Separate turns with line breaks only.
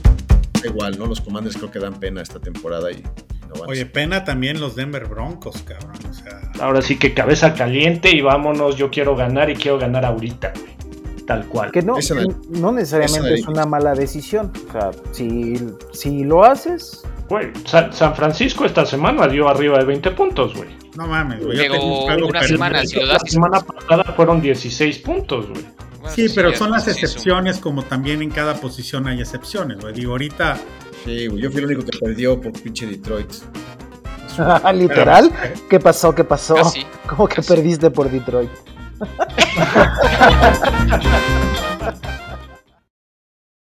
pasa igual, ¿no? Los Commanders creo que dan pena esta temporada y, y no van.
Oye, pena también los Denver Broncos, cabrón. O sea,
Ahora sí que cabeza caliente y vámonos, yo quiero ganar y quiero ganar ahorita, güey. Tal cual.
Que no,
Esa de-
no
esa
necesariamente
de-
es una mala decisión. O sea, si, si lo haces,
Güey, San, San Francisco esta semana dio arriba de 20 puntos, güey.
no mames, güey. yo tengo
Pero
un juego
una
perdido.
semana, si lo
La
das.
semana pasada fueron 16 puntos, güey.
bueno,
Sí, pero
ya,
son las
sí, es un-
excepciones, como también en cada posición hay excepciones, güey. Digo, ahorita.
Sí, güey, yo fui el único que perdió por pinche Detroit.
literal, ¿qué pasó? ¿Qué pasó?
Casi.
¿Cómo que
Casi.
perdiste por Detroit?